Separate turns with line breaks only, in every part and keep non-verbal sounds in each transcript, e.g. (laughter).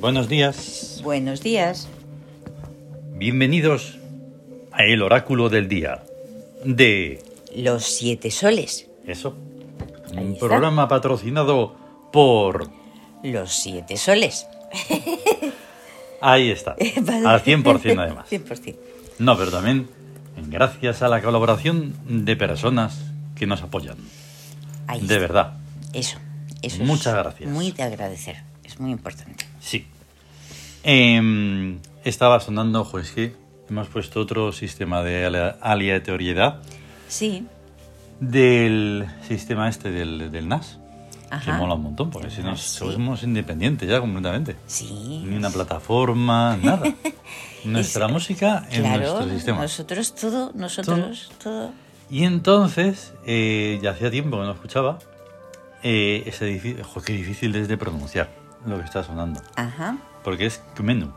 Buenos días.
Buenos días.
Bienvenidos a el oráculo del día de
Los siete soles.
eso.
Ahí
Un
está.
programa patrocinado por
Los siete soles.
ahí
(laughs)
está.
Eh,
Al 100% además.
100%.
No, pero también gracias a la colaboración de personas que nos apoyan.
Ahí
De
está.
verdad.
Eso. Eso es
Muchas gracias.
Muy de agradecer. Es muy importante.
Sí. Em, estaba sonando, ojo, es que hemos puesto otro sistema de ale- aleatoriedad
Sí.
del sistema este del, del NAS.
Ajá. Ah,
Que mola un montón, porque si no
Sí.
somos independientes ya completamente.
Sí.
Ni una plataforma,
(laughs)
nada. Nuestra
Es-
música en
claro,
nuestro sistema.
Nosotros todo, nosotros todo.
Y entonces, eh, ya hacía tiempo que no escuchaba, eh, ese difícil, qué difícil es de pronunciar lo que está sonando.
Ajá.
Porque es Kmenu.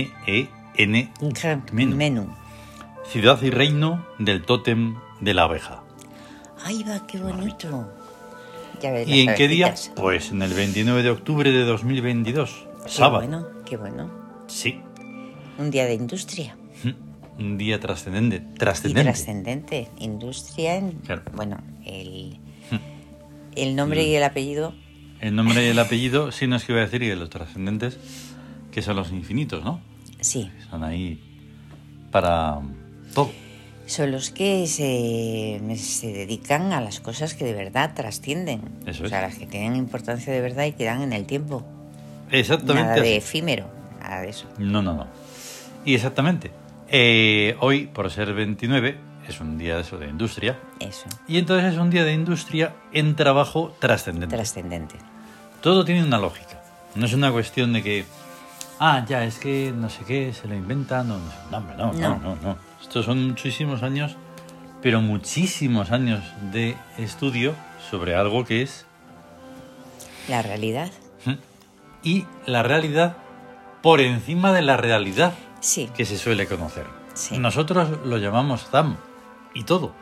K-M-E-N-U. Kmenu.
Menú.
Ciudad y reino del tótem de la abeja.
Ay, va, qué bonito. Ya ves,
¿Y
las
en qué día?
abejitas.
Pues en el 29 de octubre de 2022.
Qué
Sábado.
bueno, qué bueno.
Sí.
Un día de industria.
Mm, Un día trascendente.
Y
Trascendente.
trascendente. Industria en.
Claro. Hmm. Mm.
Bueno, el, el nombre y el apellido.
El nombre y el apellido, sí, no es que voy a decir, y de los trascendentes, que son los infinitos, ¿no?
Sí,
Son ahí para todo.
son los que se, se dedican a las cosas que de verdad trascienden.
Eso
o sea,
es.
las que tienen importancia de verdad y que dan en el tiempo.
Exactamente.
Nada de
así.
efímero, nada de eso.
No, no, no. Y exactamente. eh, hoy, por ser 29, es un día de eso de industria.
Eso,
Y entonces es un día de industria en trabajo trascendente.
trascendente.
Todo tiene una lógica. No es una cuestión de que, ah, ya, es que no sé qué, se lo inventa. No, no, no, hombre, no, no,
No.
no, no. Estos son muchísimos años, pero muchísimos años de estudio sobre algo que es.
La realidad,
Y la realidad por encima de la realidad
sí.
que se suele conocer.
Sí.
Nosotros lo llamamos ZAM y todo.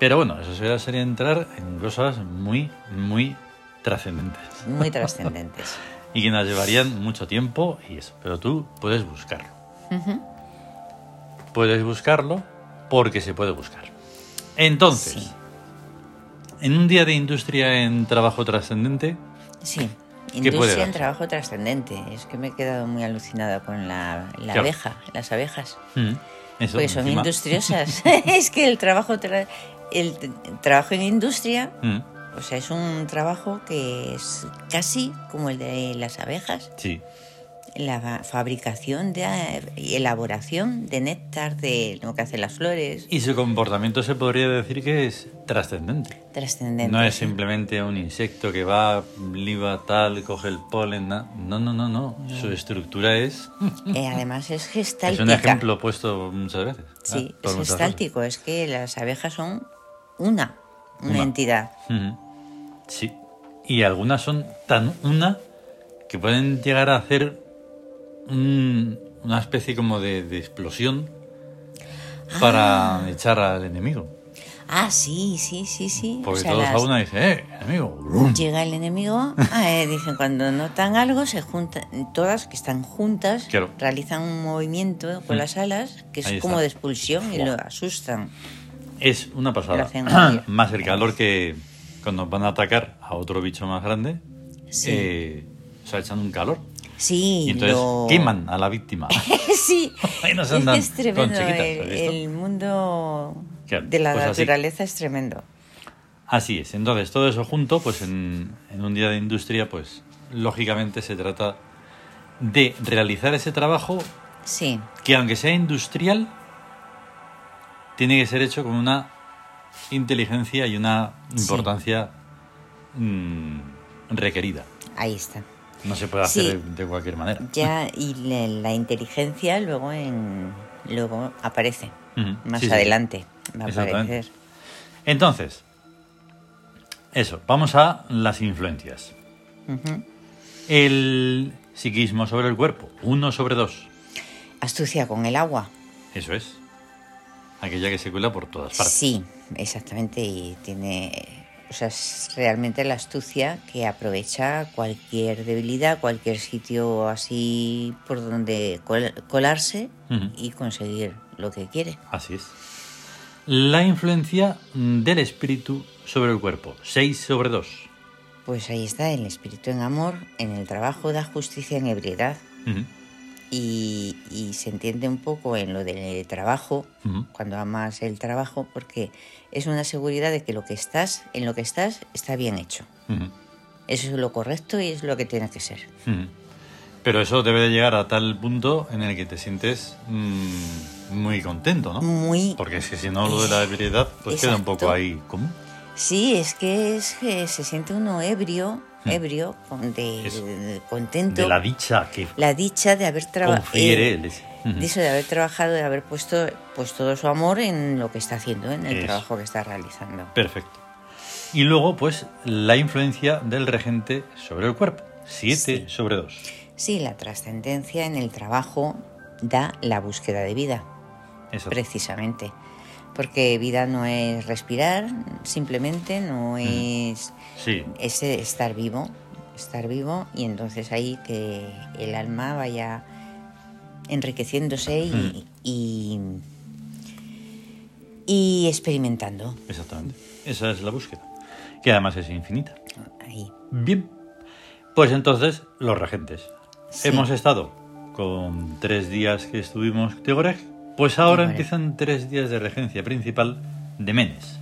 Pero bueno, eso sería, sería entrar en cosas muy, muy trascendentes. (laughs)
Muy trascendentes.
y que nos llevarían mucho tiempo y eso. Pero tú puedes buscarlo. Puedes buscarlo porque se puede buscar. Entonces,
Sí.
en un día de industria en trabajo trascendente,
Sí.
¿Qué puede
Industria en
darse?
trabajo trascendente. Es que me he quedado muy alucinada con la, la
Claro.
abeja, las abejas.
mm, eso
Porque Pues son
encima, (laughs)
industriosas. (laughs) es que el trabajo tra- el t- trabajo en industria,
mm,
o sea, es un trabajo que es casi como el de las abejas,
sí,
la fa- fabricación de y elaboración de néctar de lo que hacen las flores,
y su comportamiento se podría decir que es trascendente.
trascendente.
No es simplemente un insecto que va, liba tal, coge el polen. na- No, no, no, no.
Mm.
Su estructura es.
Eh, además es
(laughs) Es
gestáltica.
un ejemplo puesto muchas veces. ¿eh?
Sí,
Por
es
muchas
gestáltico, es que las abejas son una, una,
Una.
entidad.
Ujú. Sí. Y algunas son tan una que pueden llegar a hacer un- una especie como de, de explosión para echar al enemigo.
Ah, sí, sí, sí, sí. o
Porque
sea,
todos
las-
a una dicen, ¡eh, enemigo! ¡Brum!
Llega el enemigo, ah, eh, dicen cuando notan algo, se juntan, todas que están juntas,
Claro.
realizan un movimiento con
Mm.
las alas que es
Ahí
como
está.
de expulsión y
Buah.
lo asustan.
Es una
Lo
pasada.
hacen ahí.
(clears throat) más el calor que cuando van a atacar a otro bicho más grande,
Sí.
eh, o sea, echan un calor.
Sí,
Y entonces
lo-
queman a la víctima.
(laughs) sí,
(laughs) Ahí nos
es que
andan
es
con
tremendo.
chiquitas, ¿has
el,
visto?
el mundo
Claro,
de la
pues así.
naturaleza es tremendo.
Así es. Entonces, todo eso junto, pues en, en un día de industria, pues lógicamente se trata de realizar ese trabajo
Sí,
que, aunque sea industrial, tiene que ser hecho con una inteligencia y una
Sí.
importancia mm, requerida.
ahí está.
No se puede hacer
Sí.
de, de cualquier manera.
Ya, y la, la inteligencia luego en, Luego aparece.
Ujú,
Más
sí, sí, sí.
adelante va a
Exactamente.
aparecer.
Entonces, eso, vamos a las influencias.
Ujú.
El psiquismo sobre el cuerpo, uno sobre dos.
Astucia con el agua.
Eso es. Aquella que se cuela por todas partes.
Sí, exactamente. Y tiene. O sea, es realmente la astucia que aprovecha cualquier debilidad, cualquier sitio así por donde col- colarse
Ujú.
y conseguir lo que quiere.
Así es. La influencia mm, del espíritu sobre el cuerpo, 6 sobre 2.
Pues ahí está, el espíritu en amor, en el trabajo da justicia en ebriedad. Y, y se entiende un poco en lo del trabajo,
Ujú.
cuando amas el trabajo, porque es una seguridad de que lo que estás, en lo que estás, está bien hecho. Eso es lo correcto y es lo que tiene que ser.
Pero eso debe de llegar a tal punto en el que te sientes mm, muy contento, ¿no?
Muy.
Porque es que si no, lo de la debilidad pues queda un poco
Eh, Exacto.
ahí común.
Sí, es que es, eh, se siente uno ebrio, ebrio, con de,
Eso.
de- contento.
Hmm. De la dicha que
La dicha de haber trabajado.
confiere él. es- Ujú.
de eso, de haber trabajado, de haber puesto pues todo su amor en lo que está haciendo, en el
Eso.
trabajo que está realizando.
Perfecto. Y luego, pues, la influencia del regente sobre el cuerpo, 7
Sí.
sobre 2.
Sí, la trascendencia en el trabajo da la búsqueda de vida. Precisamente. Porque vida no es respirar, simplemente, no es,
Sí,
es estar vivo, estar vivo y entonces ahí que el alma vaya enriqueciéndose y,
Hmm.
y, y experimentando
exactamente. Esa es la búsqueda, que además es infinita.
ahí.
Bien, pues entonces, los regentes.
Sí.
Hemos estado con tres días que estuvimos de Goreg, pues ahora
De Goreg.
empiezan tres días de regencia principal de Menes.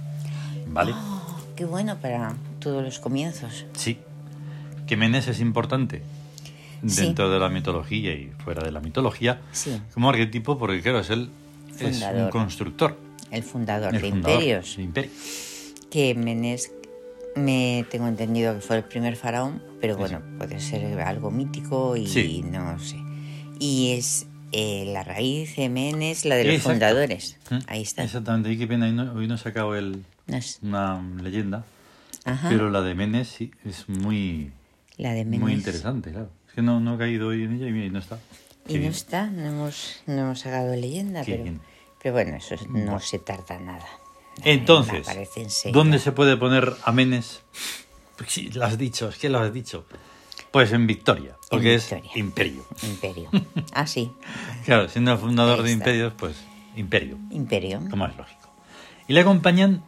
¿Vale?
Oh, qué bueno para todos los comienzos.
Sí, que Menes es importante
Sí.
dentro de la mitología y fuera de la mitología
Sí.
como arquetipo porque claro, es él es un
Fundador.
constructor,
El fundador
el
de
fundador
imperios.
de imperio.
que Menes me tengo entendido que fue el primer faraón, pero bueno, puede ser algo mítico y
Sí.
no sé. Y es eh, la raíz de Menes, la de los
Exacto.
fundadores.
¿Mm?
Ahí está.
Exactamente, y qué pena, hoy no, hoy no he sacado el,
No es-
una leyenda,
Ajá.
pero la de Menes sí, es muy,
la de Menes.
muy interesante, claro. Es que no, no he caído hoy en ella y mira, y no está.
Y
Qué
no
bien.
está, no hemos, no hemos sacado leyenda,
Qué
pero,
bien.
pero bueno, eso es- no se tarda nada.
Entonces,
Aparece enseguida.
¿dónde se puede poner a Menes? Pues sí, lo has dicho, es que lo has dicho. Pues en Victoria, porque
Victoria.
es imperio.
Imperio. Ah, sí,
Claro, siendo el fundador
Ahí
de
está.
imperios, pues imperio.
Imperio.
como es lógico. Y le acompañan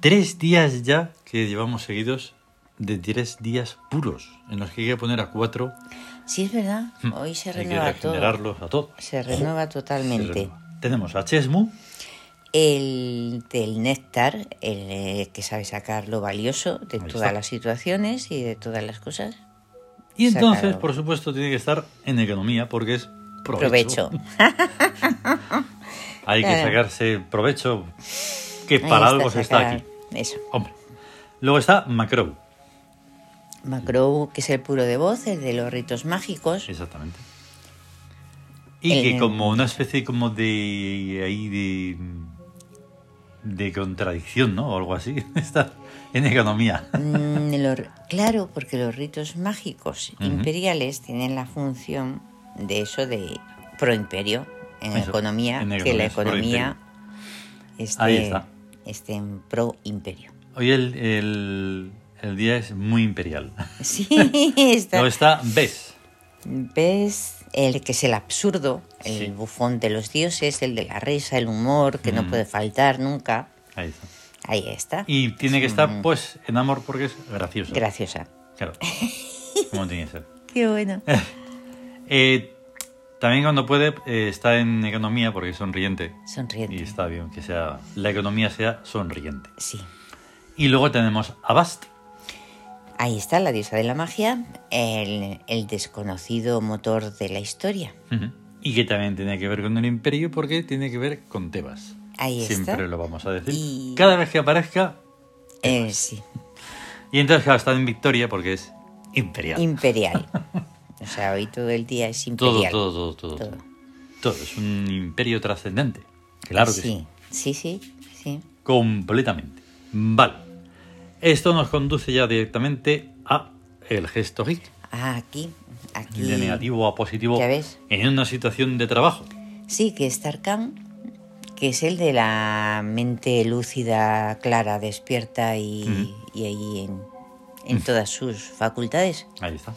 tres días ya que llevamos seguidos de tres días puros, en los que hay que poner a cuatro.
Sí, es verdad. Hoy se
Hmm. hay que
renueva todo.
regenerarlos a todos.
Se renueva totalmente.
Se renueva. Tenemos a Chesmu,
El del néctar, el eh, que sabe sacar lo valioso de
Ahí
todas
está.
las situaciones y de todas las cosas.
y entonces,
Sácalo.
por supuesto, tiene que estar en economía porque es provecho.
Provecho.
Hay que
Claro.
sacarse provecho, (laughs) que
Ahí
para algo se está
sacar-
aquí.
Eso.
Hombre. Luego está Macrow,
Macro, que es el puro de voz, el de los ritos mágicos.
Exactamente. Y
El-
que como una especie como de ahí de de contradicción, ¿no? O algo así. (laughs) Está en economía.
Mm, lo- claro, porque los ritos mágicos imperiales tienen la función de eso de proimperio en
Eso,
economía,
en
que
economía
la
es proimperio.
economía esté,
Ahí está.
esté en pro
(laughs)
imperio.
Hoy el, el- el día es muy imperial.
Sí,
Luego está Bes.
¿Ves el que es el absurdo, el
Sí.
bufón de los dioses, el de la risa, el humor, que no puede faltar nunca?
Ahí está.
Ahí está.
Y tiene que estar, pues, en amor porque es gracioso.
Graciosa.
Claro. Como tiene que ser.
Qué
(laughs)
bueno.
Eh, también cuando puede eh, está en economía porque es sonriente. Y
Sonriente.
está bien que sea la economía sea sonriente.
Sí.
Y luego tenemos a Bast.
Ahí está la diosa de la magia, el, el desconocido motor de la historia.
Ujú. Y que también tiene que ver con el imperio porque tiene que ver con Tebas.
Ahí
Siempre
está.
lo vamos a decir.
Y-
Cada vez que aparezca.
Eh, sí,
Y entonces, claro, está en victoria porque es imperial.
imperial. O sea, hoy todo el día es
todo,
imperial.
todo, todo, todo, todo.
Todo.
todo, es un imperio trascendente. Claro que sí.
Sí, sí, sí. sí.
Completamente. Vale. Esto nos conduce ya directamente a el gesto hic.
Ah, aquí, aquí.
De negativo a positivo.
Ya ves.
En una situación de trabajo.
Sí, que es Tarkan, que es el de la mente lúcida, clara, despierta y,
Ujú.
y ahí en, en todas sus facultades.
Ahí está.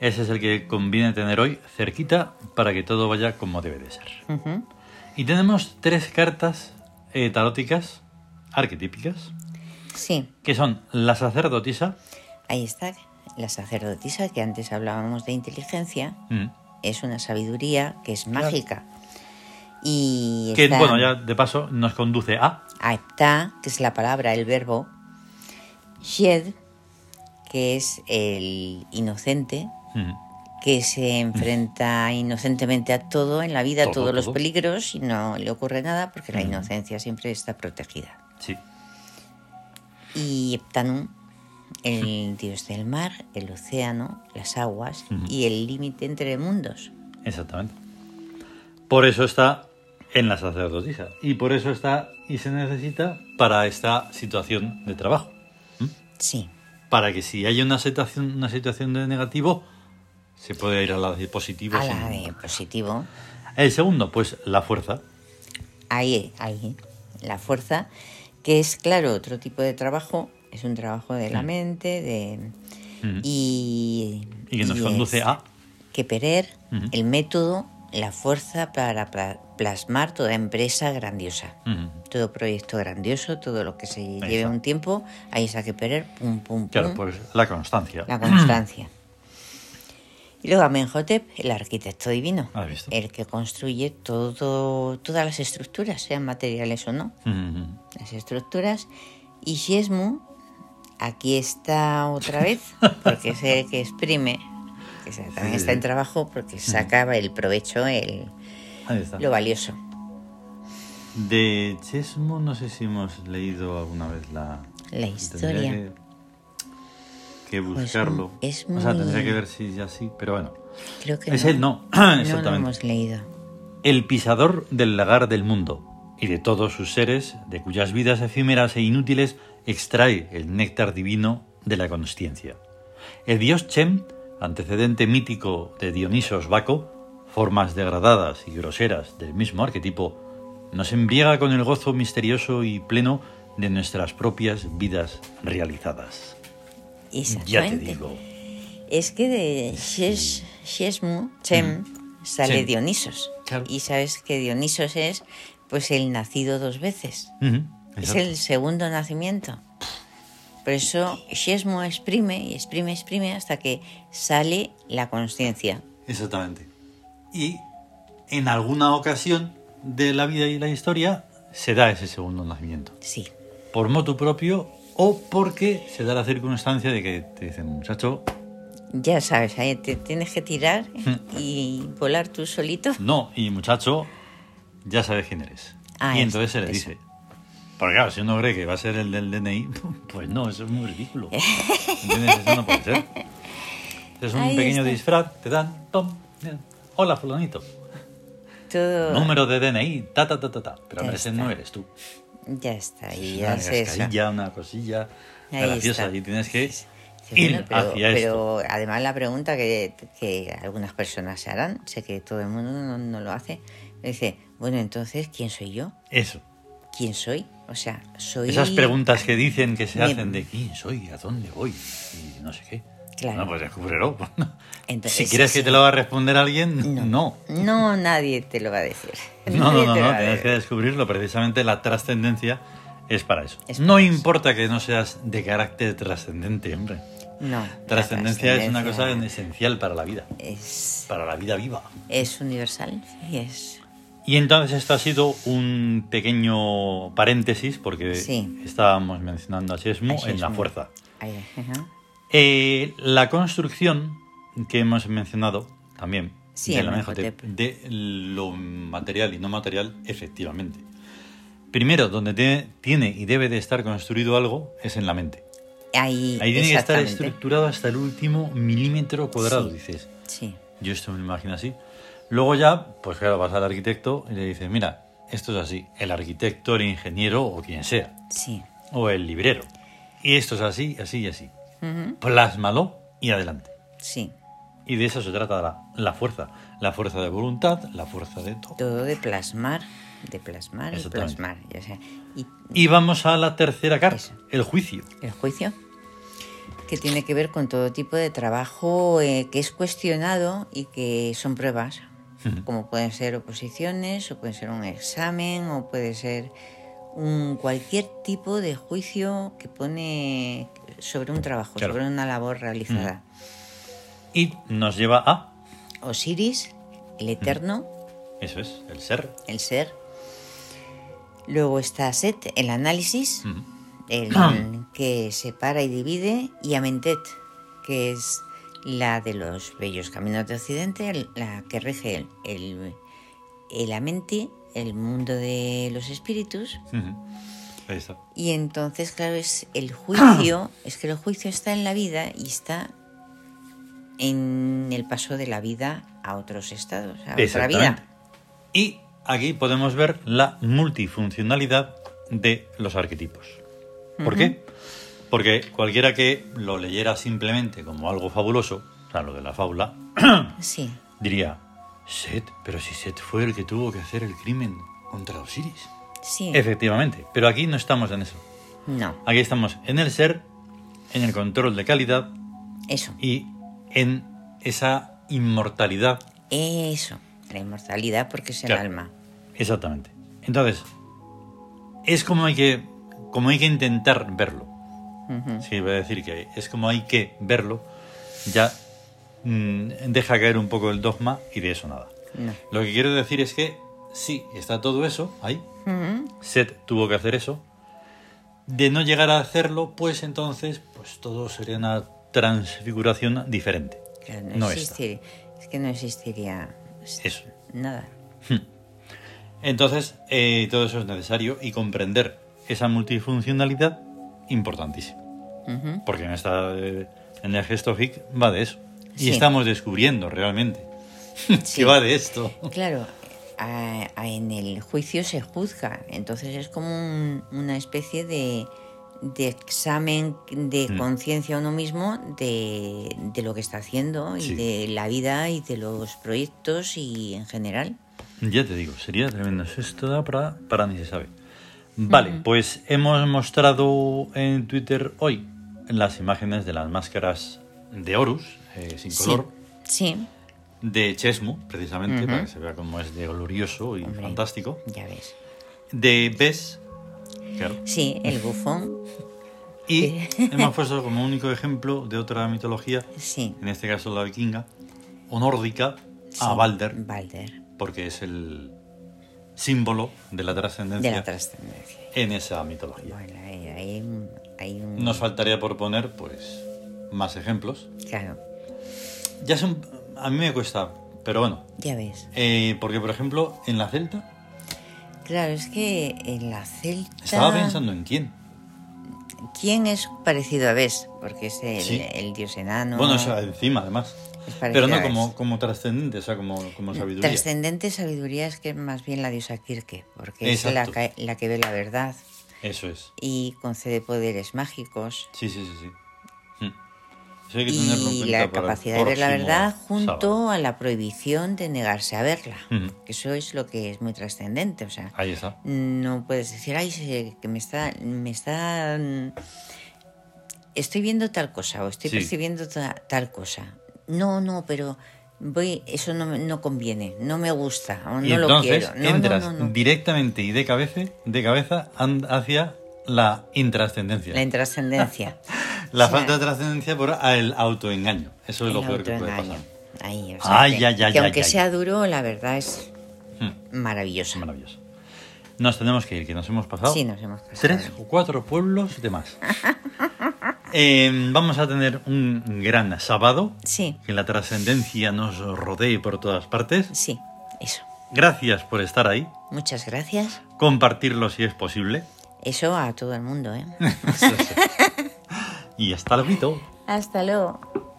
Ese es el que conviene tener hoy cerquita para que todo vaya como debe de ser.
Ujú.
Y tenemos tres cartas eh, taróticas arquetípicas,
Sí,
que son la sacerdotisa,
ahí está. La sacerdotisa, que antes hablábamos de inteligencia,
mm,
es una sabiduría que es mágica. Y
que
está
bueno, ya de paso nos conduce a...
Aeptá, que es la palabra, el verbo. Shed, que es el inocente,
mm,
que se enfrenta inocentemente a todo en la vida, a
Todo,
todos los
todo.
peligros y no le ocurre nada porque la
Ujú.
inocencia siempre está protegida.
sí,
Y Heptanum, el dios del mar, el océano, las aguas
Ujú.
y el límite entre mundos.
exactamente. Por eso está en la sacerdotisa. Y por eso está y se necesita para esta situación de trabajo.
Sí,
Para que si hay una situación, una situación de negativo, se puede ir a la de positivo.
a
sin
la
ningún
de positivo.
El segundo, pues la fuerza.
Ahí, ahí, la fuerza, que es, claro, otro tipo de trabajo, es un trabajo de la
Mm.
mente, de...
Mm.
Y,
Y que nos
y
conduce
es
a-
Que Perer,
Ujú.
el método, la fuerza para pla- plasmar toda empresa grandiosa.
Ujú.
Todo proyecto grandioso, todo lo que se lleve
está.
un tiempo, ahí está que Perer, pum, pum, pum,
Claro, pues la constancia.
la
(clears throat)
constancia. (clears throat) Y luego Amenhotep, el arquitecto divino,
¿Has visto?
el que construye todo, todas las estructuras, sean materiales o no
Ujú.
las estructuras. Y Shesmu, aquí
(laughs)
está otra vez, porque es el que exprime, que se- también
Sí,
está en
sí.
trabajo porque sacaba el provecho, el,
Ahí está.
lo valioso.
De Chesmo no sé si hemos leído alguna vez la,
La historia.
Tendría Que, que
Pues,
buscarlo.
es
O sea,
muy-
tendría que ver si ya sí, pero bueno.
Creo que
Es
no,
él, no.
no
(clears throat)
lo
Exactamente.
hemos leído.
El pisador del lagar del mundo y de todos sus seres, de cuyas vidas efímeras e inútiles extrae el néctar divino de la consciencia. El dios Chem, antecedente mítico de Dionisos Baco, formas degradadas y groseras del mismo arquetipo, nos embriaga con el gozo misterioso y pleno de nuestras propias vidas realizadas. Ya te
Exactamente.
digo.
Es que de Shes, Shesmu, Chem, sale
Mm. Chem.
Dionisos.
Claro.
Y sabes que Dionisos es pues el nacido dos veces.
Ujú,
Es
exacto.
el segundo nacimiento. Por eso Shesmo exprime y exprime, exprime hasta que sale la conciencia.
Exactamente. Y en alguna ocasión de la vida y la historia se da ese segundo nacimiento.
Sí,
Por motu propio o porque se da la circunstancia de que te dicen, muchacho,
ya sabes, ahí te tienes que
(laughs)
tirar y volar tú solito.
no, y muchacho, ya sabes quién eres.
Ah,
y
es-
entonces se le
eso.
dice. Porque claro, si uno cree que va a ser el del DNI, (laughs) pues no, eso es muy ridículo. ¿Entiendes? Eso no puede ser. Es un
Ahí
pequeño
está.
disfraz, te dan, pom, mira, hola fulanito.
Todo
Número de DNI, ta, ta, ta, ta, ta. Pero
Ya
ese
está.
no eres tú.
ya está, y
una
ya se
cascarilla, una cosilla
Ahí
graciosa.
está.
Y tienes que
Sí,
ir
bueno, pero,
hacia esto.
pero además la pregunta que, que algunas personas se harán, sé que todo el mundo no, no lo hace, dice, bueno, entonces, ¿quién soy yo?
Eso.
¿Quién soy? O sea, soy...
Esas preguntas que dicen que se
Bien.
hacen de quién soy, a dónde voy y no sé qué.
Claro.
Bueno, pues descúbrelo. (laughs)
Entonces,
si quieres que te lo va a responder alguien, no.
(laughs)
No,
No, nadie te lo va a decir.
no, no,
Nadie
no,
te lo va a
tienes que
decir.
descubrirlo. Precisamente la trascendencia es para eso.
Es
no
para eso.
importa que no seas de carácter trascendente, hombre.
No, la
Trascendencia es una cosa
trascendencia
esencial para la vida,
Es,
para la vida viva.
es universal y es...
Y entonces esto ha sido un pequeño paréntesis porque
Sí.
estábamos mencionando a Sesmo
así
en
es
la
un-
fuerza.
Ahí, ajá.
Eh, la construcción que hemos mencionado también
Sí,
de,
el
la Amenhotep, de lo material y no material, efectivamente. Primero, donde te- tiene y debe de estar construido algo es en la mente.
Ahí,
Ahí tiene que estar
exactamente.
estructurado hasta el último milímetro cuadrado,
Sí.
dices.
Sí,
Yo esto me lo imagino así. Luego ya, pues claro, vas al arquitecto y le dices, mira, esto es así. El arquitecto, el ingeniero o quien sea.
Sí.
O el librero. Y esto es así, así y así. Plásmalo y adelante.
Sí.
Y de eso se trata la, la fuerza. La fuerza de voluntad, la fuerza de todo.
Todo de plasmar, de plasmar y
Exactamente.
plasmar. ya sea. Y
Y vamos a la tercera carta,
Eso.
el juicio.
el juicio, que tiene que ver con todo tipo de trabajo eh, que es cuestionado y que son pruebas,
Ujú.
como pueden ser oposiciones, o puede ser un examen, o puede ser un cualquier tipo de juicio que pone sobre un trabajo,
Claro.
sobre una labor realizada.
Y nos lleva a,
Osiris, el eterno,
eso es, el ser.
el ser. Luego está Set, el análisis,
Ujú.
el que separa y divide, y Amentet, que es la de los bellos caminos de Occidente, el- la que rige el, el, el Amenti, el mundo de los espíritus.
Ujú. Ahí está.
Y entonces, claro, es el juicio, es que el juicio está en la vida y está en el paso de la vida a otros estados, a otra
Exactamente.
vida.
Y aquí podemos ver la multifuncionalidad de los arquetipos. ¿Por qué? Porque cualquiera que lo leyera simplemente como algo fabuloso, o sea, lo de la fábula,
Sí,
diría, Set, pero si Set fue el que tuvo que hacer el crimen contra Osiris.
sí.
Efectivamente, pero aquí no estamos en eso.
No,
Aquí estamos en el ser, en el control de calidad
eso.
y en esa inmortalidad.
Eso, la inmortalidad porque es el
Claro.
alma.
Exactamente. Entonces, es como hay que, como hay que intentar verlo.
Ujú.
Sí, voy a decir que es como hay que verlo. Ya mm, deja caer un poco el dogma y de eso nada.
No.
Lo que quiero decir es que sí, está todo eso ahí.
Ujú.
Set tuvo que hacer eso. De no llegar a hacerlo, pues entonces, pues todo sería una transfiguración diferente.
Claro, no,
No
existiría. Es que no existiría s-
Eso.
nada.
Entonces, eh, todo eso es necesario y comprender esa multifuncionalidad importantísimo.
Ujú.
Porque en, esta, eh, en el gesto hic va de eso. Y
Sí.
estamos descubriendo realmente (laughs)
Sí.
que va de esto.
Claro, a- a- en el juicio se juzga, entonces es como un- una especie de, de examen de
Mm.
conciencia a uno mismo de, de lo que está haciendo y
Sí.
de la vida y de los proyectos y en general.
Ya te digo, sería tremendo. Esto da para, para ni se sabe. Vale, pues hemos mostrado en Twitter hoy las imágenes de las máscaras de Horus, eh, sin color,
Sí,
de Chesmu, precisamente,
Ujú.
para que se vea cómo es de glorioso y
Hombre.
fantástico,
sí, ya ves.
de Bes, claro,
Sí, el bufón,
y hemos puesto como único ejemplo de otra mitología,
sí.
en este caso la vikinga, o nórdica, a
Sí,
Ah, Balder,
Balder,
porque es el símbolo de la
de
trascendencia
la trascendencia.
en esa mitología.
Bueno, hay, hay un, hay un-
Nos faltaría por poner, pues, más ejemplos.
Claro,
Ya son... A mí me cuesta, pero bueno.
ya ves.
Eh, porque, por ejemplo, en la celta
Claro, es que en la celta...
estaba pensando en quién.
¿Quién es parecido a Bes? Porque es el,
Sí.
el dios enano.
Bueno, o sea, encima, además.
es
Pero
parecido
no
a Bes. Mm,
como, como trascendente, o sea, como, como sabiduría.
Trascendente sabiduría es que es más bien la diosa Kirke, porque es la,
Exacto.
ca- la que ve la verdad
Eso es.
y concede poderes mágicos
Sí, sí, sí, sí. Hmm. Eso hay que tenerlo en
y
cuenta
la
para el
capacidad de ver la
próximo
verdad junto
sábado.
a la prohibición de negarse a verla.
Ujú.
Que eso es lo que es muy trascendente, o sea,
Ahí está.
no puedes decir, ay, se- que me está, me está, estoy viendo tal cosa o estoy
Sí.
percibiendo ta- tal cosa. No, no, pero voy, eso no, me- no conviene, no me gusta o no
y
lo
entonces
quiero. No, no,
entras
no, no.
directamente y de cabeza, de cabeza and- hacia la intrascendencia. (laughs)
La intrascendencia.
La
O sea,
falta de trascendencia por el autoengaño. Eso es lo
el
peor que puede
autoengaño.
pasar.
Ahí, o sea,
Ay,
que,
ay, ay, ay,
que aunque
ay.
sea duro, la verdad es
Hmm,
maravillosa.
maravilloso. Nos tenemos que ir, que nos hemos pasado.
Sí, nos hemos pasado.
Tres o cuatro pueblos de
(laughs)
más. Eh, vamos a tener un gran sábado.
Sí,
Que la trascendencia nos rodee por todas partes.
sí, eso.
Gracias por estar ahí.
Muchas gracias.
Compartirlo si es posible.
Eso a todo el mundo, ¿eh?
y hasta luego.
(laughs) Hasta luego.